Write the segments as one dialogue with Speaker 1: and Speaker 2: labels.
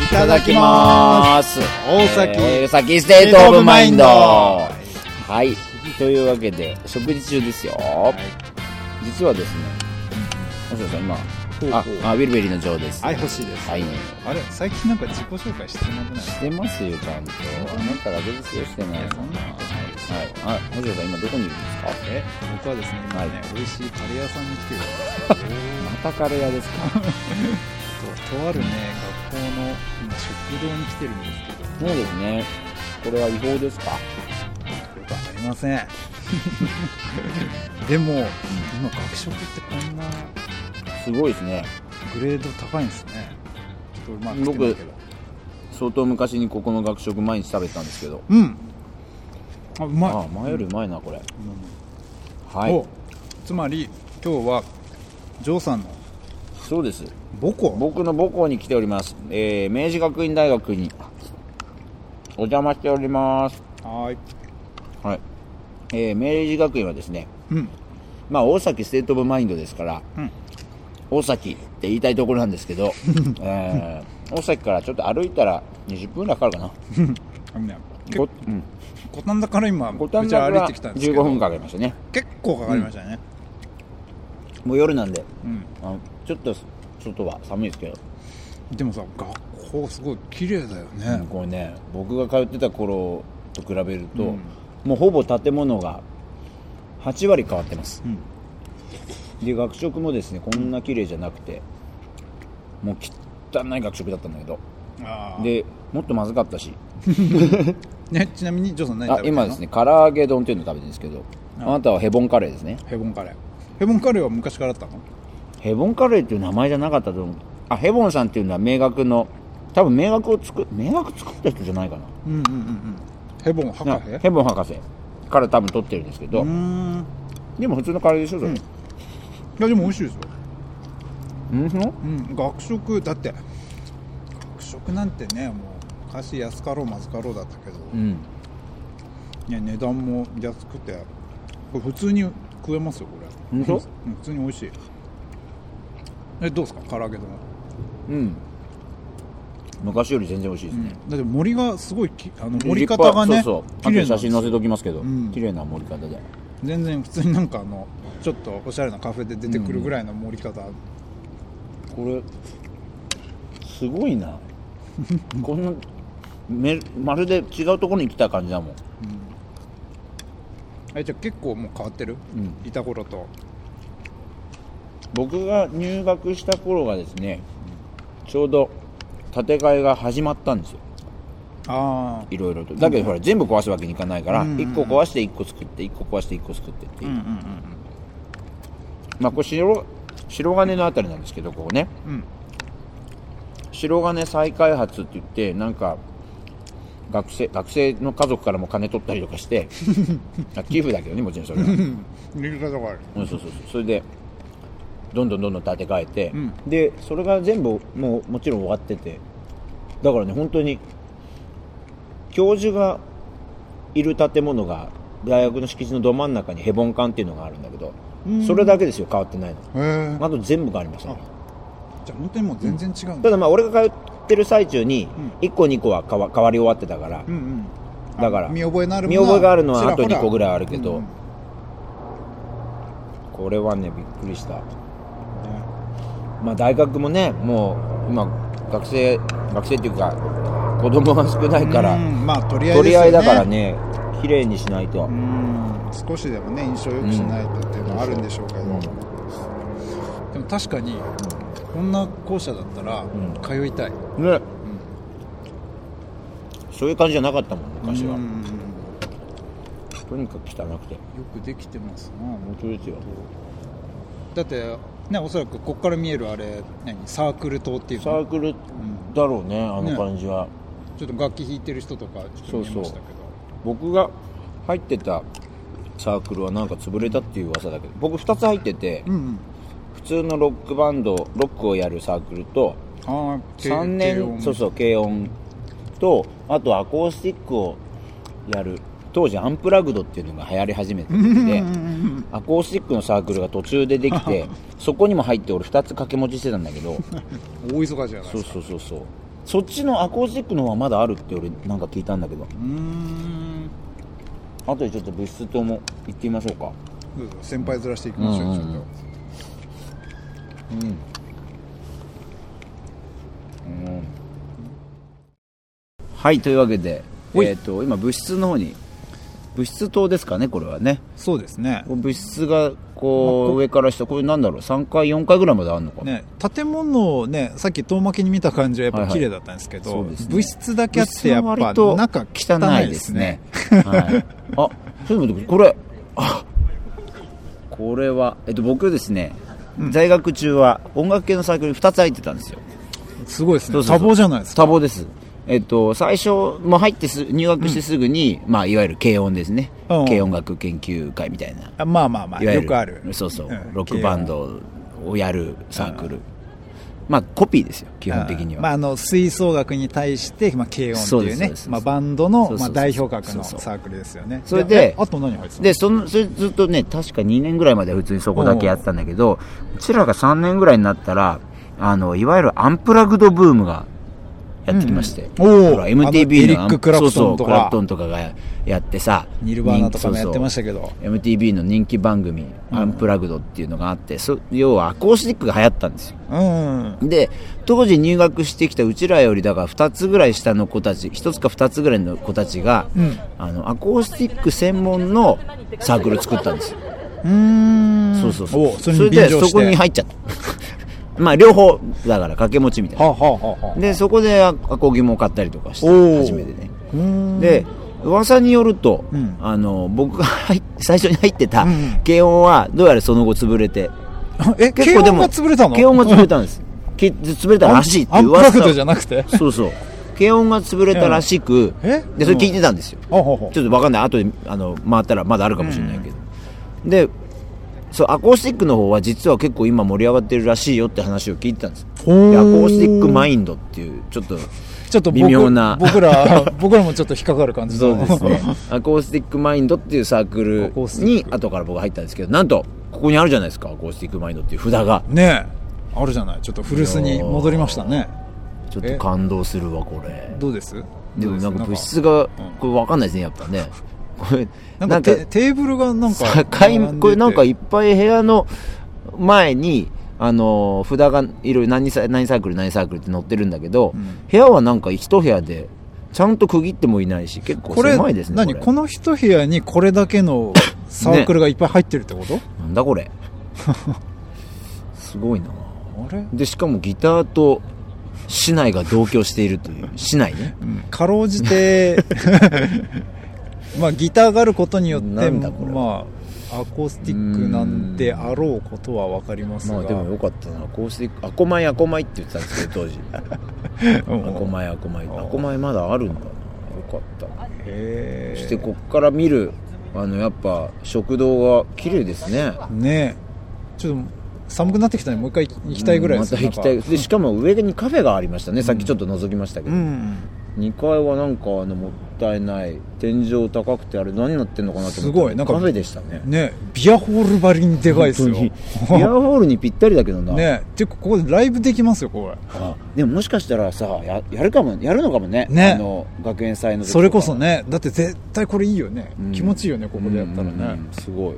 Speaker 1: いただきます。
Speaker 2: 大崎
Speaker 1: えー大崎ステートオブマインド。はい。というわけで、食事中ですよ。実はですね、もしかしたら今、
Speaker 2: ほう
Speaker 1: あ
Speaker 2: ほう、
Speaker 1: あ、ウィルベリーの女王です。
Speaker 2: はい、欲しいです。
Speaker 1: はい。
Speaker 2: あれ、最近なんか自己紹介してなくない
Speaker 1: してますよ、ちゃんと。あなたが全然してないかな。はい。あ、もしかしたら今どこにいるんですか
Speaker 2: え、僕はですね、今ね、美味しいカレー屋さんに来 てるんですよ。
Speaker 1: またカレー屋ですか
Speaker 2: ととあるね、学校の今食堂に来てるんですけど、
Speaker 1: そうですね。これは違法ですか
Speaker 2: よくありま せん。でも、今学食ってこんな
Speaker 1: すごいですね。
Speaker 2: グレード高いんですね。ちょっとまあ、
Speaker 1: 僕
Speaker 2: 食ってみたけど
Speaker 1: 相当昔にここの学食毎日食べてたんですけど。
Speaker 2: うん。あ、うまい。
Speaker 1: あ、前よりうまいな、これ。は
Speaker 2: お
Speaker 1: い。
Speaker 2: つまり今日はジョーさんの
Speaker 1: そうです。
Speaker 2: 母校
Speaker 1: 僕の母校に来ております。えー、明治学院大学にお邪魔しております。
Speaker 2: はーい
Speaker 1: はい。えー、明治学院はですね、
Speaker 2: うん
Speaker 1: まあ、大崎ステートオブマインドですから、
Speaker 2: うん
Speaker 1: 大崎って言いたいところなんです けど、えー、大崎からちょっと歩いたら20分ぐらいかかるかな。
Speaker 2: あのね
Speaker 1: ごうん
Speaker 2: 五反田から今こ
Speaker 1: 五反
Speaker 2: ちら
Speaker 1: 田か
Speaker 2: 歩い
Speaker 1: ら
Speaker 2: てきたんですけど
Speaker 1: 15分かけましたね。
Speaker 2: 結構かかりましたね
Speaker 1: もう夜なんで、
Speaker 2: うん、
Speaker 1: あのちょっと外は寒いですけど、
Speaker 2: でもさ学校すごい綺麗だよね、
Speaker 1: これね、僕が通ってた頃と比べると、
Speaker 2: うん
Speaker 1: もうほぼ建物が8割変わってます。
Speaker 2: うん
Speaker 1: で学食もですねこんな綺麗じゃなくてもう汚い学食だったんだけど
Speaker 2: あー
Speaker 1: でもっとまずかったし
Speaker 2: ね、ちなみにジョーさん何食
Speaker 1: あ
Speaker 2: べてるの
Speaker 1: 今ですね唐揚げ丼っていうの食べてるんですけどあなたはヘボンカレーですね
Speaker 2: ヘボンカレーヘボンカレーは昔からあったの
Speaker 1: ヘボンカレーっていう名前じゃなかったと思うあヘボンさんっていうのは名学の多分名学を作名学作った人じゃないかな
Speaker 2: うんうんうんうんヘボン博
Speaker 1: な
Speaker 2: 士
Speaker 1: ヘボン博士から多分取ってるんですけ
Speaker 2: う
Speaker 1: ど、
Speaker 2: ーんい
Speaker 1: でも普通のカレーでしょそれ
Speaker 2: うんやでも美味しいですよ
Speaker 1: うんふん
Speaker 2: うん、学食だって学食なんてねもう昔安かろうまずかろうだったけど、
Speaker 1: うん
Speaker 2: ね、値段も安くてこれ普通に食えますよこれ
Speaker 1: 本当
Speaker 2: うん普通に美味しいえどうですか唐揚げ丼、
Speaker 1: うん昔より全然美味しいですね、
Speaker 2: だって森がすごいきあの盛り方がね
Speaker 1: そうそう
Speaker 2: 綺麗な
Speaker 1: あと
Speaker 2: んです
Speaker 1: 写真
Speaker 2: よ
Speaker 1: 載せておきますけど、
Speaker 2: うん
Speaker 1: 綺麗な盛り方で
Speaker 2: 全然普通になんかあのちょっとおしゃれなカフェで出てくるぐらいの盛り方、
Speaker 1: これすごいな こんなめまるで違うところに来た感じだもん
Speaker 2: えじゃあ結構もう変わってる、
Speaker 1: うん
Speaker 2: いた頃と
Speaker 1: 僕が入学した頃がですねちょうど建て替えが始まったんですよ
Speaker 2: あ
Speaker 1: いろいろとだけどほら全部壊すわけにいかないから、
Speaker 2: うんうんうん
Speaker 1: 1個壊して1個作って1個壊して1個作ってって
Speaker 2: あう
Speaker 1: いう、
Speaker 2: んうん
Speaker 1: まあこれ白白金のあたりなんですけどここね
Speaker 2: うんうん
Speaker 1: 白金再開発って言ってなんか学生学生の家族からも金取ったりとかして あ寄付だけどねもちろんそれはうん
Speaker 2: うん盛り方がある
Speaker 1: そうそうそうそれでどんどんどんどん建て替えて、
Speaker 2: うん
Speaker 1: でそれが全部もうもちろん終わっててだからね本当に教授がいる建物が大学の敷地のど真ん中にヘボン館っていうのがあるんだけど、
Speaker 2: うん
Speaker 1: それだけですよ変わってないの
Speaker 2: へえ
Speaker 1: あと全部がありますね
Speaker 2: あじゃあ本当にもう全然違うんだ、
Speaker 1: ただまあ俺が通ってる最中に
Speaker 2: ん
Speaker 1: 1個2個は変わ変わり終わってたから、
Speaker 2: うんうん
Speaker 1: だから
Speaker 2: 見覚えのある
Speaker 1: 見覚えがあるのはあと2個ぐ
Speaker 2: い
Speaker 1: らいあるけど、これはねびっくりした、まあ、大学もねもう今学生学生っていうか子供が少ないから、
Speaker 2: まあ取り合い
Speaker 1: 取り合いだから
Speaker 2: ね
Speaker 1: ね綺麗にしないと、
Speaker 2: うん少しでもね印象良くしないとっていうのはあるんでしょうけど、
Speaker 1: ん
Speaker 2: でも確かにこんな校舎だったら
Speaker 1: ん
Speaker 2: 通いたい、うん
Speaker 1: ねそういう感じじゃなかったもん昔は、とにかく汚くて
Speaker 2: よくできてますな
Speaker 1: 本当ですよ
Speaker 2: だってねおそらくここから見えるあれ何サークル塔っていう
Speaker 1: サ
Speaker 2: の
Speaker 1: ークルだろうねあの感じは、
Speaker 2: ちょっと楽器弾いてる人とかちょっと見えましたけど
Speaker 1: 僕が入ってたサークルはなんか潰れたっていう噂だけど僕2つ入ってて
Speaker 2: うんうん
Speaker 1: 普通のロックバンドロックをやるサークルと
Speaker 2: ああ
Speaker 1: 3年そうそう軽音とあとアコースティックをやる当時アンプラグドっていうのが流行り始めて
Speaker 2: うんうん
Speaker 1: て
Speaker 2: うん
Speaker 1: アコースティックのサークルが途中ででき てそこにも入って俺2つ掛け持ちしてたんだけど
Speaker 2: うん大忙しじゃない
Speaker 1: そ
Speaker 2: で
Speaker 1: う
Speaker 2: すか
Speaker 1: そうそうそうそっちのアコースティックの方はまだあるって俺なんか聞いたんだけど
Speaker 2: うーん
Speaker 1: あとでちょっと物質とも行ってみましょうか
Speaker 2: どうぞ先輩ずらしていきましょう、
Speaker 1: うんうん
Speaker 2: ちょっ
Speaker 1: うんはいというわけで、え
Speaker 2: ほい
Speaker 1: ー、と今物質の方に物質棟ですかねこれはね
Speaker 2: とそうですね
Speaker 1: こう物質がこ
Speaker 2: まあ
Speaker 1: う上から下これなんだろう3回4回ぐらいまであるのかな、
Speaker 2: ね、建物をねさっき遠巻きに見た感じはや
Speaker 1: は
Speaker 2: っ
Speaker 1: い
Speaker 2: ぱ
Speaker 1: はい
Speaker 2: 綺麗だったんですけど、
Speaker 1: そうですね
Speaker 2: 物質だけあってやっぱ中汚いですね
Speaker 1: 汚いですねはい、あちょっと待ってこれあこれは、えっと、僕ですね、在学中は音楽系のサークルに2つ入ってたんですよ
Speaker 2: すごいですね
Speaker 1: そうそうそう
Speaker 2: 多忙じゃないですか
Speaker 1: 多忙ですえっと最初もう入ってす入学してすぐに、まあいわゆる軽音ですね、
Speaker 2: うん
Speaker 1: 軽音楽研究会みたいな
Speaker 2: あまあまあまあ
Speaker 1: いわゆ
Speaker 2: よ
Speaker 1: る
Speaker 2: くある
Speaker 1: そうそう、
Speaker 2: ん
Speaker 1: ロックバンドをやるサークル、まあコピーですよ基
Speaker 2: 基
Speaker 1: 本的には、
Speaker 2: まあ、あの吹奏楽に対して、まあ、軽音って
Speaker 1: そう
Speaker 2: い
Speaker 1: で
Speaker 2: う
Speaker 1: すそ
Speaker 2: ね
Speaker 1: うです
Speaker 2: まあ、バンドの
Speaker 1: そう
Speaker 2: まあ
Speaker 1: そうそう
Speaker 2: 代表格の
Speaker 1: そうそう
Speaker 2: サークルですよね
Speaker 1: それで
Speaker 2: えあと何入ってたの
Speaker 1: でそのそれずっとね確か2年ぐらいまで普通にそこだけやってたんだけどうちらが3年ぐらいになったらあのいわゆるアンプラグドブームがやってきまして、
Speaker 2: うんうんおー
Speaker 1: ほら MTV
Speaker 2: あ
Speaker 1: の
Speaker 2: のエリッククラプトンとか
Speaker 1: そうそうクラプトンとかがやってさ
Speaker 2: ニルバーナとかもやってま
Speaker 1: た
Speaker 2: したけど
Speaker 1: MTV の人気番組「アンプラグド」っていうのがあって、そ要はアコースティックが流行ったんですよ
Speaker 2: うん
Speaker 1: で当時入学してきたうちらよりだから2つぐらい下の子たち1つか2つぐらいの子たちが、
Speaker 2: うん
Speaker 1: あのアコースティック専門のサークル作ったんですよ、
Speaker 2: うーん
Speaker 1: そうそうそう
Speaker 2: おそれ
Speaker 1: それ
Speaker 2: に便
Speaker 1: で
Speaker 2: 乗して
Speaker 1: そこに入っちゃった まあ両方だから掛け持ちみたい
Speaker 2: は
Speaker 1: な
Speaker 2: あ、はあはあはあ、
Speaker 1: でそこでアアコギも買ったりとかして
Speaker 2: おー
Speaker 1: 初めてね
Speaker 2: うーん
Speaker 1: で噂によると、
Speaker 2: うん
Speaker 1: あの僕が入っ最初に入ってた
Speaker 2: うんうん
Speaker 1: 軽音はどうやらその後潰れて
Speaker 2: え軽音が潰れたの
Speaker 1: 軽音が潰れたんです け潰れたらしいって
Speaker 2: ア
Speaker 1: い
Speaker 2: ン
Speaker 1: う
Speaker 2: プラ
Speaker 1: 噂
Speaker 2: グドじゃなくて
Speaker 1: そうそう軽音が潰れたらしく、
Speaker 2: うんえ
Speaker 1: でそれ聞いてたんですよ、
Speaker 2: あほうほう
Speaker 1: ちょっと分かんない後であの回ったらまだあるかもしれないけど、でそうアコースティックの方は実は結構今盛り上がってるらしいよって話を聞いてたんです
Speaker 2: ほー
Speaker 1: でアコースティックマインドっていうちょっと
Speaker 2: ちょっと僕
Speaker 1: 微妙な
Speaker 2: 僕ら 僕らもちょっと引っかかる感じ
Speaker 1: そう
Speaker 2: の
Speaker 1: ですね アコースティックマインドっていうサーク
Speaker 2: アコース
Speaker 1: ル
Speaker 2: ティッ
Speaker 1: に
Speaker 2: ク
Speaker 1: 後から僕入ったんですけどなんとここにあるじゃないですかアコースティックマインドっていう札が
Speaker 2: ねえあるじゃないちょっと古巣に戻りましたね
Speaker 1: ちょっと感動するわこれ
Speaker 2: どうです
Speaker 1: でもなんか
Speaker 2: どう
Speaker 1: 物
Speaker 2: です
Speaker 1: 質が
Speaker 2: うん
Speaker 1: これ分かんないですねやっぱ ねこれ
Speaker 2: なんかテテーブルがなんか
Speaker 1: 境これなんか
Speaker 2: 並
Speaker 1: い
Speaker 2: で
Speaker 1: っぱい部屋の前にあの札がいろいろ何サ何サークル何サークルって載ってるんだけど、
Speaker 2: うん
Speaker 1: 部屋はなんか一部屋でちゃんと区切ってもいないし結構
Speaker 2: これ
Speaker 1: 狭いですね
Speaker 2: 何
Speaker 1: これ
Speaker 2: この一部屋にこれだけのサークルがいっぱい入ってるってこと、
Speaker 1: なんだ これすごいな
Speaker 2: あれ、
Speaker 1: でしかもギターと市内が同居しているという市内ね
Speaker 2: うん、かろうじ てまあギターがあることによって
Speaker 1: なんだこれ
Speaker 2: まあアコースティックなんであろうことは分かります
Speaker 1: ま
Speaker 2: が、
Speaker 1: あでもよかったなこうしてアコマイアコマイって言ってたんですけど当時
Speaker 2: うん
Speaker 1: アコマイアコマイアコマイまだあるんだなよかった
Speaker 2: へえ
Speaker 1: そしてこっから見るあのやっぱ食堂が綺麗ですね
Speaker 2: ねえちょっと寒くなってきたねもう一回行きたいぐらい
Speaker 1: ま
Speaker 2: です
Speaker 1: た
Speaker 2: よ
Speaker 1: 行きたい
Speaker 2: なんか
Speaker 1: でしかも上にカフェがありましたね、さっきちょっと覗きましたけ
Speaker 2: う
Speaker 1: ど、
Speaker 2: ん
Speaker 1: 2階はなんかあのもったいない天井高くてあれ何なってんのかなと思って
Speaker 2: すごいなんか
Speaker 1: カフェでしたね
Speaker 2: ねえビアホールばりにでかいですよ
Speaker 1: 本 当にビアホールにぴったりだけどな、
Speaker 2: ねえてかここでライブできますよこ
Speaker 1: あでももしかしたらさややるかもやるのかもね
Speaker 2: ね
Speaker 1: あの学園祭の
Speaker 2: れ
Speaker 1: 時
Speaker 2: それこそねだって絶対これいいよね、
Speaker 1: うん
Speaker 2: 気持ちいいよねここでやったらね、
Speaker 1: うんうんうんすごいこ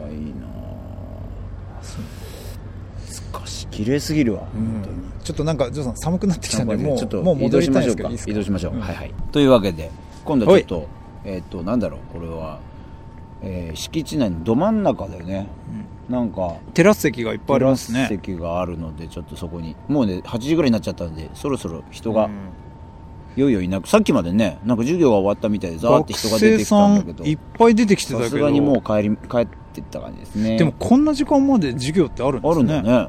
Speaker 1: れはいいなしかし綺麗すぎるわ、
Speaker 2: うん
Speaker 1: 本当に
Speaker 2: ちょっとなんかジョーさん寒くなってきたんでも
Speaker 1: ちょ
Speaker 2: う
Speaker 1: っと
Speaker 2: もう
Speaker 1: 移
Speaker 2: 戻
Speaker 1: 動し
Speaker 2: り
Speaker 1: ま
Speaker 2: たいんで
Speaker 1: しょう
Speaker 2: すけ
Speaker 1: か
Speaker 2: どいいですか
Speaker 1: 移動しましょう、
Speaker 2: ん
Speaker 1: はいはいというわけで今度はちょっとえっ、となんだろうこれは、えー敷地内のど真ん中だよね、なんか
Speaker 2: テラス席がいっぱいあります
Speaker 1: テラス
Speaker 2: ね
Speaker 1: 席があるのでちょっとそこにもうね8時ぐらいになっちゃったんでそろそろ人が
Speaker 2: うん
Speaker 1: よいよいなくさっきまでねなんか授業が終わったみたいでザーって
Speaker 2: 学
Speaker 1: 人が出
Speaker 2: 生
Speaker 1: てきた
Speaker 2: さ
Speaker 1: ん
Speaker 2: ん
Speaker 1: だけど
Speaker 2: いっぱい出てきてたけ
Speaker 1: さ
Speaker 2: ど
Speaker 1: すがにもう帰り帰ってった感じですね
Speaker 2: でもこんな時間まで授業ってあるんで
Speaker 1: あ
Speaker 2: すね
Speaker 1: るんだね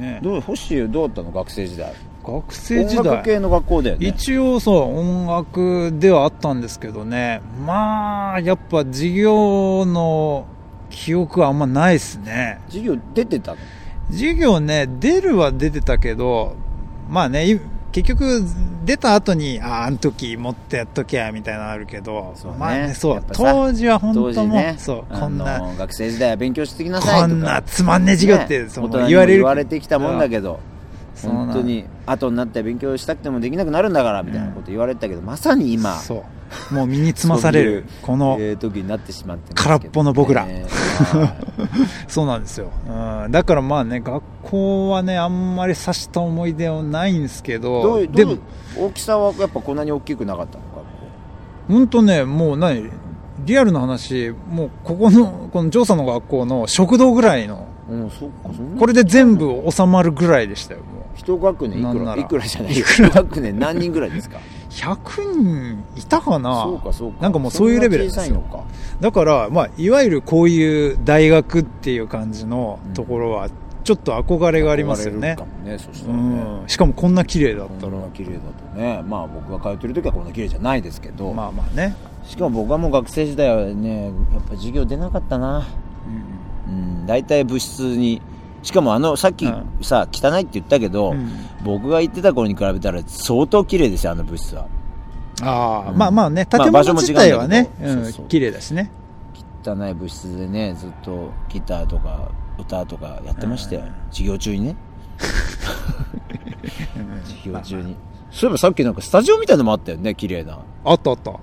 Speaker 2: いいね
Speaker 1: どうホッシーどうだったの学生時代
Speaker 2: 学生時
Speaker 1: 音楽系
Speaker 2: 代
Speaker 1: の学校だよね
Speaker 2: 一応そう音楽ではあったんですけどねまあやっぱ授業の記憶はあんまないですね
Speaker 1: 授業出てたの
Speaker 2: 授業ね出るは出てたけどまあねい結局出た後にあああの時持ってやっとけやみたいなのあるけど
Speaker 1: そうね
Speaker 2: まあね、そ
Speaker 1: や
Speaker 2: う
Speaker 1: っぱさ
Speaker 2: 当時は本
Speaker 1: 当
Speaker 2: 当
Speaker 1: 時
Speaker 2: もう、
Speaker 1: ね
Speaker 2: そう
Speaker 1: あの
Speaker 2: こんな
Speaker 1: 学生時代は勉強してきなさ
Speaker 2: こ
Speaker 1: いとか
Speaker 2: んなつまんねえ授業って、
Speaker 1: ね
Speaker 2: その
Speaker 1: 大人にも
Speaker 2: 言われる
Speaker 1: 言われてきたもんだけど
Speaker 2: そうなん
Speaker 1: 本当に後になって勉強したくてもできなくなるんだからみたいなこと言われてたけど、まさに今
Speaker 2: そうもう身につまされる
Speaker 1: そういう
Speaker 2: この、
Speaker 1: えー時になってしまってますけど
Speaker 2: 空っぽの僕ら
Speaker 1: ね
Speaker 2: そうなんですよ、うん、だからまあね学校はねあんまり刺した思い出はないんですけど
Speaker 1: どうど
Speaker 2: でも
Speaker 1: う大きさはやっぱこんなに大きくなかったのか
Speaker 2: 本当ねもう何リアルな話もうここのこのジョーさんの学校の食堂ぐらいの
Speaker 1: うんそうかそんな
Speaker 2: これで全部収まるぐらいでしたよもう
Speaker 1: 一学年い
Speaker 2: な
Speaker 1: く
Speaker 2: んな
Speaker 1: ら
Speaker 2: ら
Speaker 1: いくらじゃない
Speaker 2: い
Speaker 1: 一学年何人ぐらいですか
Speaker 2: 100人いたかな
Speaker 1: そうかそうか
Speaker 2: なんかもうそういうレベル
Speaker 1: そんな小さいのか
Speaker 2: だから、まあ、いわゆるこういう大学っていう感じのところはちょっと憧れがありますよね
Speaker 1: 憧れるかもねそした
Speaker 2: う
Speaker 1: らね、
Speaker 2: ん、しかもこんな綺麗だっ
Speaker 1: こ
Speaker 2: た
Speaker 1: ん
Speaker 2: ら
Speaker 1: な綺麗だとねまあ僕が通ってる時はこんな綺麗じゃないですけど、
Speaker 2: まあまあね、
Speaker 1: しかも僕はもう学生時代はねやっぱ授業出なかったなうん大体部室にしかもあのさっき
Speaker 2: うん
Speaker 1: さ、汚いって言ったけど、
Speaker 2: うん
Speaker 1: 僕が行ってた頃に比べたら相当綺麗ですよあの部室は
Speaker 2: ああ、
Speaker 1: うん
Speaker 2: まあまあね
Speaker 1: まあ
Speaker 2: 建
Speaker 1: 場所
Speaker 2: 物
Speaker 1: も
Speaker 2: 自
Speaker 1: 違うんだけ
Speaker 2: 体
Speaker 1: ど
Speaker 2: はね、
Speaker 1: そううんそう
Speaker 2: 綺麗だしね
Speaker 1: 汚い部室でねずっとギターとか歌とかやってましたよ、
Speaker 2: うん
Speaker 1: 授業中にね授業中に、そういえばさっきなんかスタジオみたいなのもあったよね綺麗な
Speaker 2: あったあった
Speaker 1: レコ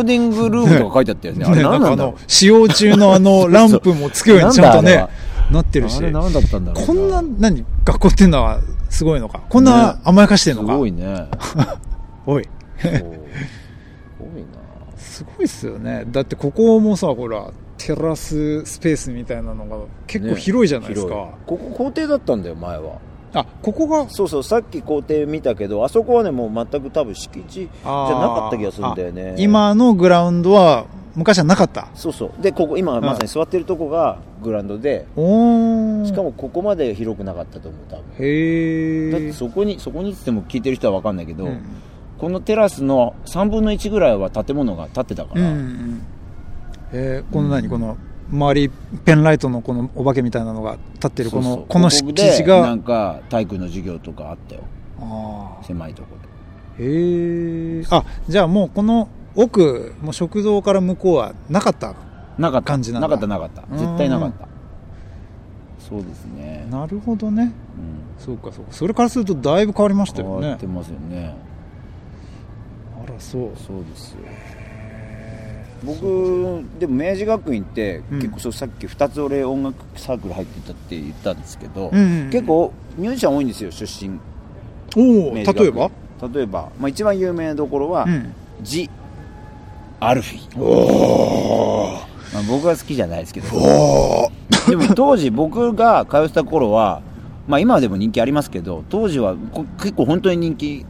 Speaker 1: ーディングルームとか書いてあったよねあ れ
Speaker 2: ね
Speaker 1: 何なん
Speaker 2: か
Speaker 1: だ
Speaker 2: あ
Speaker 1: ろう
Speaker 2: の使用中のあのランプもつくようにちゃんと
Speaker 1: なん
Speaker 2: ね
Speaker 1: だ
Speaker 2: なってるし
Speaker 1: あれ何だったんだろう
Speaker 2: こんな何学校っていうのはすごいのかこんな
Speaker 1: ね
Speaker 2: 甘やかして
Speaker 1: す
Speaker 2: んのか、
Speaker 1: ごいね
Speaker 2: おい
Speaker 1: そうすごいな
Speaker 2: すごいっすよねだってここもさほらテラススペースみたいなのが結構
Speaker 1: ね
Speaker 2: 広いじゃないですか、
Speaker 1: 広いここ校庭だったんだよ前は
Speaker 2: あここが
Speaker 1: そうそうさっき校庭見たけどあそこはねもう全く多分敷地じ
Speaker 2: あー
Speaker 1: ゃなかった気がするんだよね
Speaker 2: 今のグラウンドは昔はなかった
Speaker 1: そうそうでここ今まさに座ってるとこがグラウンドで、
Speaker 2: おお
Speaker 1: しかもここまで広くなかったと思う多分だっ
Speaker 2: へ
Speaker 1: て
Speaker 2: え
Speaker 1: そこにそこにっつっても聞いてる人は分かんないけど、
Speaker 2: うん
Speaker 1: このテラスの3分の1ぐらいは建物が建ってたか
Speaker 2: うんう
Speaker 1: ら、
Speaker 2: んえーこの何、この周りペンライトのこのお化けみたいなのが立ってるこの
Speaker 1: そうそう
Speaker 2: この
Speaker 1: こ
Speaker 2: 敷
Speaker 1: こで
Speaker 2: 地
Speaker 1: な
Speaker 2: が
Speaker 1: んか体育の授業とかあったよ
Speaker 2: あ
Speaker 1: 狭いとこで
Speaker 2: ーへえあじゃあもうこの奥もう食堂から向こうはなかった
Speaker 1: なかった
Speaker 2: 感じなん
Speaker 1: な
Speaker 2: だ
Speaker 1: かったなかった絶対なかったそうですね、
Speaker 2: なるほどね
Speaker 1: うん、
Speaker 2: そうかそうかそれからするとだいぶ変わりました
Speaker 1: 変
Speaker 2: よ
Speaker 1: わ
Speaker 2: ね
Speaker 1: ってますよね
Speaker 2: あらそう
Speaker 1: そうですよ僕でも明治学院って
Speaker 2: うん
Speaker 1: 結構そうさっき2つ俺音楽サークル入ってたって言ったんですけど、
Speaker 2: うんうんうん
Speaker 1: 結構ミュージシャン多いんですよ出身
Speaker 2: おお
Speaker 1: 明
Speaker 2: 例
Speaker 1: 治学
Speaker 2: え
Speaker 1: 院
Speaker 2: ば
Speaker 1: 例えば、まあ、一番有名なところは、
Speaker 2: うん
Speaker 1: ジ・アルフィー、まあ、僕は好きじゃないですけどでも当時僕が通った頃はまあ今でも人気ありますけど当時はこ結構本当に人気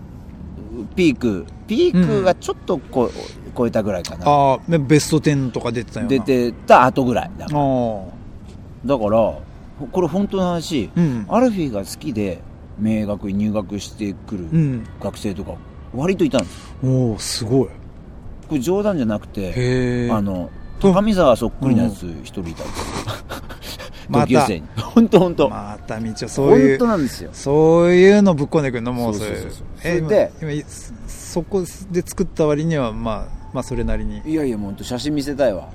Speaker 1: ピークピークがちょっとこ、超えたぐらいかな
Speaker 2: ああベスト10とか出てたよな
Speaker 1: 出てた後ぐらいだ
Speaker 2: ああ
Speaker 1: だからこれ本当の話、
Speaker 2: うん
Speaker 1: アルフィーが好きで名学院入学してく
Speaker 2: う
Speaker 1: る
Speaker 2: ん
Speaker 1: 学生とか割といたんです
Speaker 2: おおすごい
Speaker 1: これ冗談じゃなくて
Speaker 2: へえ
Speaker 1: あの高沢そっくりなやつ一人いたんですよ、同級生に本当本当
Speaker 2: また道をそうい
Speaker 1: 本
Speaker 2: う
Speaker 1: 当なんですよ
Speaker 2: そういうのぶっこんでくるのもう
Speaker 1: そ
Speaker 2: そうう
Speaker 1: そう
Speaker 2: い
Speaker 1: そううそう
Speaker 2: え
Speaker 1: それで
Speaker 2: 今今そそこで作った割にはまあまあそれなりに
Speaker 1: いやいやもうほんと写真見せたい わ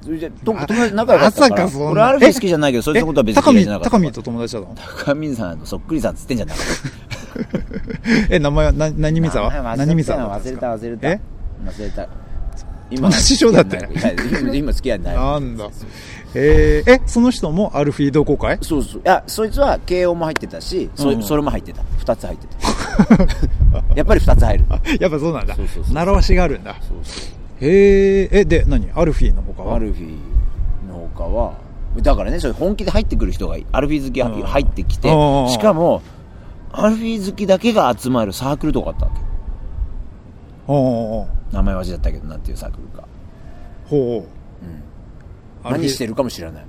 Speaker 1: それじゃと友達仲良かった
Speaker 2: まさ
Speaker 1: から
Speaker 2: かそんな
Speaker 1: 俺アルフィー好きじゃないけどそいつのことは別
Speaker 2: え
Speaker 1: に
Speaker 2: 高
Speaker 1: 嫌い
Speaker 2: 見
Speaker 1: じゃなかったか
Speaker 2: 高
Speaker 1: ら
Speaker 2: 見と友達だったの
Speaker 1: 高見さんのそっくりさんっつってんじゃなくて
Speaker 2: え名前はな何見沢何見沢だったんで
Speaker 1: 忘れ
Speaker 2: す
Speaker 1: た
Speaker 2: か
Speaker 1: 忘れた
Speaker 2: え
Speaker 1: 忘れた
Speaker 2: 同じ師匠だったよ
Speaker 1: い や今今付き合いない
Speaker 2: なんだえーえその人もアルフィー同好会
Speaker 1: そうそういやそいつは慶応も入ってたしそ,、
Speaker 2: うん
Speaker 1: それも入ってた2つ入って たやっぱり2つ入る
Speaker 2: やっぱそうなんだ
Speaker 1: そうそうそう
Speaker 2: 習わしがあるんだ
Speaker 1: そうそう
Speaker 2: へええで何アルフィーの他は
Speaker 1: アルフィーのほかはだからねそれ本気で入ってくる人がアルフィー好き
Speaker 2: うん
Speaker 1: が入ってきて
Speaker 2: うん
Speaker 1: しかもアルフィー好きだけが集まるサークルとかあったわけ
Speaker 2: おうおうおう
Speaker 1: 名前忘れちゃったけどなんていうサークルか
Speaker 2: ほう、うん、
Speaker 1: 何して
Speaker 2: る
Speaker 1: るかも知らない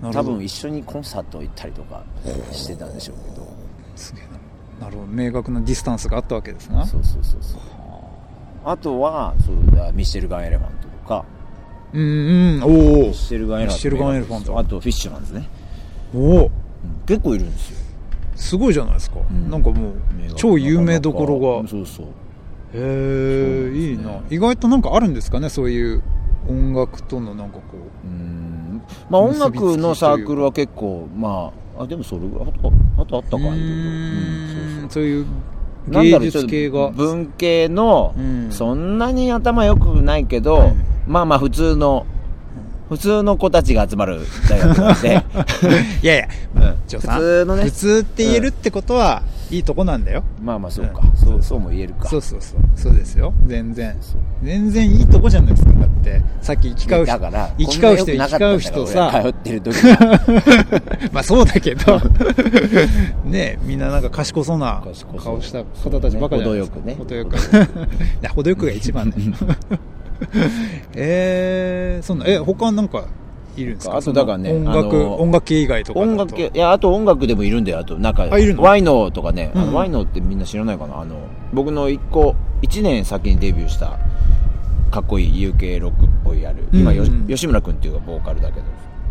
Speaker 2: なる
Speaker 1: 多
Speaker 2: ほど
Speaker 1: 分一緒にコンサート行ったりとかしてたんでしょうけど
Speaker 2: すげえななるほど明確なディスタンスがあったわけですな
Speaker 1: そうそうそうそうあとはそうだミシェル・ガン・エレファントとか
Speaker 2: うんうんお
Speaker 1: ミシェル・ガン・エレファント
Speaker 2: ミシェルガンエレファント
Speaker 1: あとフィッシュマンズね
Speaker 2: おおお
Speaker 1: うん結構いるんですよ
Speaker 2: すごいじゃないですか、
Speaker 1: ん
Speaker 2: なんかもう超有名どころが
Speaker 3: そうそう
Speaker 2: へえ、いいな意外となんかあるんですかねそういう音楽とのなんかこう
Speaker 3: うん
Speaker 1: まあ音
Speaker 2: 結びつきというか
Speaker 1: 楽のサークルは結構まああでもそれぐらいあとあとあったかいろいろうんそう
Speaker 2: そういう
Speaker 1: そう
Speaker 2: 芸術系が
Speaker 1: なんだろうちょっと文系の、
Speaker 2: うん
Speaker 1: そんなに頭良くないけど、
Speaker 2: はい
Speaker 1: まあまあ普通の普通の子たちが集まる大学な んで、
Speaker 2: いやいや、
Speaker 1: うん
Speaker 2: ジョーさん
Speaker 1: 普通のね
Speaker 2: 普通って言えるってことは、いいとこなんだよ
Speaker 1: まあまあそうか、
Speaker 2: うん
Speaker 1: そうそうも言えるか
Speaker 2: そうそうそうそうですよ全然
Speaker 1: そう
Speaker 2: 全然いいとこじゃないですかだってさっき行き交う人
Speaker 1: だから
Speaker 2: 行き交う人
Speaker 1: こんな
Speaker 2: 行
Speaker 1: 良
Speaker 2: き
Speaker 1: くなか
Speaker 2: 交
Speaker 1: ったんだか
Speaker 2: う人さ
Speaker 1: ら俺通ってる時は
Speaker 2: まあそうだけ どねみんななんか賢そうな
Speaker 1: 賢そう
Speaker 2: 顔した方たちばかりじゃないですか
Speaker 1: そうね程
Speaker 2: よく いや程よくが一 番ねえー、そんなえ他なんかいるんですか
Speaker 1: あとだからね
Speaker 2: その音楽
Speaker 1: あの
Speaker 2: 音楽系以外とかだと
Speaker 1: 音楽系いやあと音楽でもいるんだよあとなんか
Speaker 2: あいるの
Speaker 1: ワイノーとかね、あの
Speaker 2: うんうん
Speaker 1: ワイノーってみんな知らないかなあの僕の一個1年先にデビューしたかっこいい UK ロックっぽいやる今、よ
Speaker 2: うんうん
Speaker 1: 吉村君っていうかボーカルだけど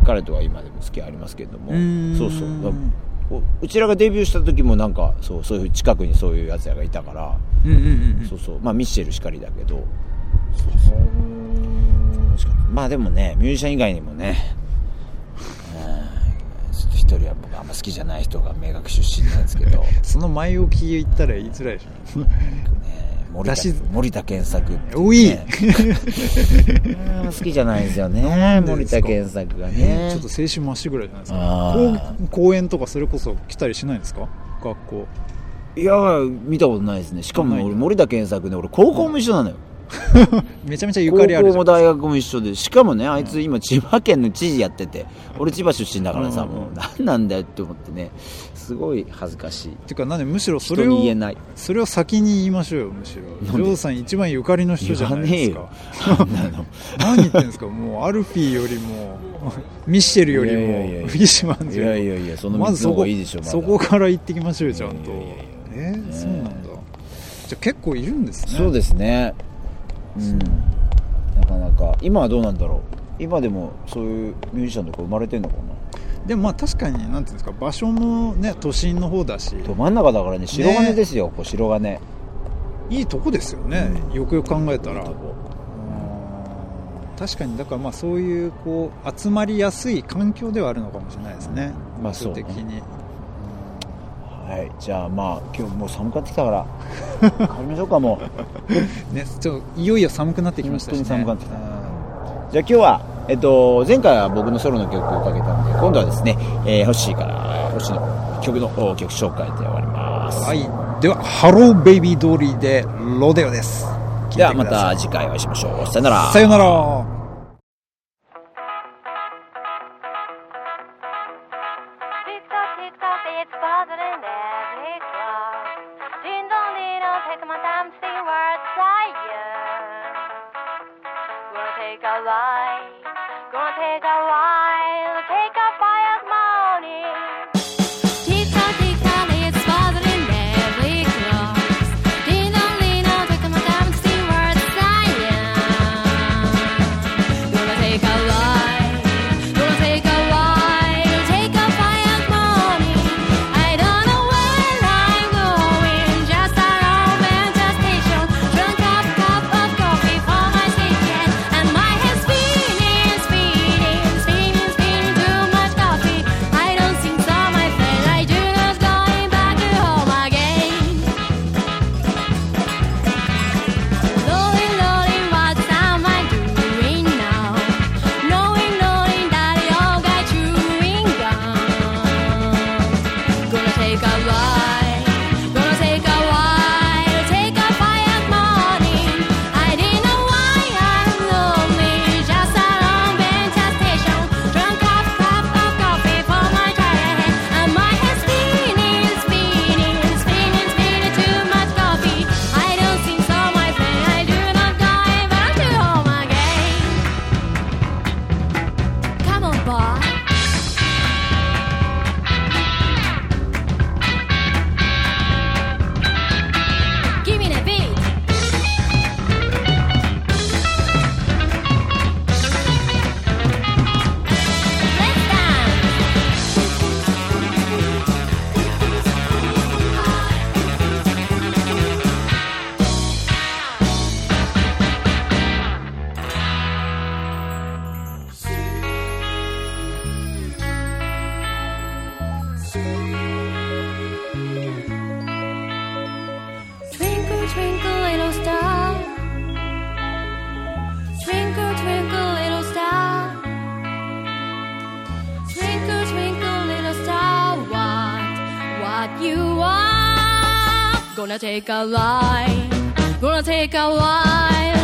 Speaker 1: 彼とは今でも付き合いありますけれども
Speaker 2: うーん
Speaker 1: そうそうだおうちらがデビューした時もなんかそうそういう近くにそういうやつらがいたから、
Speaker 2: うんうんうん
Speaker 1: そうそうまあミッシェルしかりだけどまあでもねミュージシャン以外にもねうんちょっと一人は僕あんま好きじゃない人が明学出身なんですけ ど、ね、
Speaker 2: その前置き言ったら言いづらいでしょ
Speaker 1: 森田
Speaker 2: だし
Speaker 1: 森田健作って いう
Speaker 2: おい
Speaker 1: ねうん好きじゃないですよ
Speaker 2: な
Speaker 1: ね
Speaker 2: んでで
Speaker 1: 森
Speaker 2: すか
Speaker 1: 田健作が
Speaker 2: えー
Speaker 1: ね
Speaker 2: ちょっと青春まっしぐらいじゃないです
Speaker 1: あ
Speaker 2: か
Speaker 1: ー
Speaker 2: こう公演とかそれこそ来たりしないんですか学校
Speaker 1: いや見たことないですねしかも
Speaker 2: ないん
Speaker 1: 俺
Speaker 2: だ
Speaker 1: 森田健作ね俺高校も一緒なのよ
Speaker 2: めちゃめちゃゆかりあるじ
Speaker 1: 高校
Speaker 2: ゃん
Speaker 1: も大学も一緒でしかもねあいつ今千葉県の知事やってて俺千葉出身だからさ
Speaker 2: うんうんうん
Speaker 1: もう何なんだよって思ってねすごい恥ずかしい
Speaker 2: てかなんでむしろそ
Speaker 1: 人
Speaker 2: れ
Speaker 1: に言え
Speaker 2: を
Speaker 1: ない
Speaker 2: それを先に言いましょうよむしろジョーさん一番ゆかりの人じゃないですか
Speaker 1: あんなの
Speaker 2: 何言ってんですかもうアルフィーよりもミッシェルより
Speaker 1: いやいやいやい
Speaker 2: も
Speaker 1: や
Speaker 2: フィッシュマ ン
Speaker 1: い
Speaker 2: ズよ
Speaker 1: やい
Speaker 2: り
Speaker 1: やいやそ
Speaker 2: も
Speaker 1: の
Speaker 2: ま
Speaker 1: 3
Speaker 2: ず
Speaker 1: つの
Speaker 2: そ
Speaker 1: 方が
Speaker 2: こ
Speaker 1: いいでしょまだ
Speaker 2: そこから行ってきましょうよちゃんと
Speaker 1: いやいやいや
Speaker 2: えーそうなんだじゃあ結構いるんですね
Speaker 1: そうですねうんなかなか今はどうなんだろう今でもそういうミュージシャンとか生まれてんのかな
Speaker 2: でもまあ確かになんていうんですか場所もね都心の方だし
Speaker 1: ど真ん中だからね白金ですよここ白金
Speaker 2: いいとこですよね、よくよく考えたら、
Speaker 1: いいとこ
Speaker 2: うん確かにだからまあそういうこう集まりやすい環境ではあるのかもしれないですね
Speaker 1: まあそうね
Speaker 2: 場所的に
Speaker 1: はいじゃあまあ今日もう寒くなってきたから帰りましょうかもう
Speaker 2: ねちょっといよいよ寒くなってきましたし、ね、
Speaker 1: 本当に寒くなってきじゃあ今日は、えっと、前回は僕のソロの曲をかけたので、今度はですね、えー、ホッシーから、ホッシーの曲のお曲紹介で終わります。
Speaker 2: うんはいでは「ハローベイビードーリー」で「ロデオ」です聞いて
Speaker 1: ではま
Speaker 2: くださ
Speaker 1: た次回お会いしましょう。さよなら
Speaker 2: い。さよなら
Speaker 4: Coffee for my station, and my head's spinning, spinning, spinning. twinkle little star Twinkle twinkle little star Twinkle twinkle little star What what you are Gonna take a ride Gonna take a ride